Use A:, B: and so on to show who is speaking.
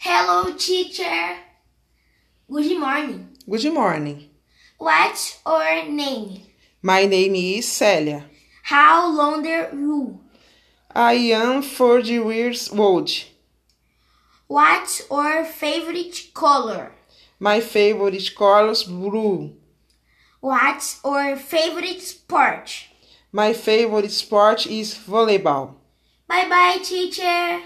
A: Hello, teacher. Good morning.
B: Good morning.
A: What's your name?
B: My name is Celia.
A: How long are you?
B: I am four years old.
A: What's your favorite color?
B: My favorite color is blue.
A: What's your favorite sport?
B: My favorite sport is volleyball.
A: Bye bye, teacher.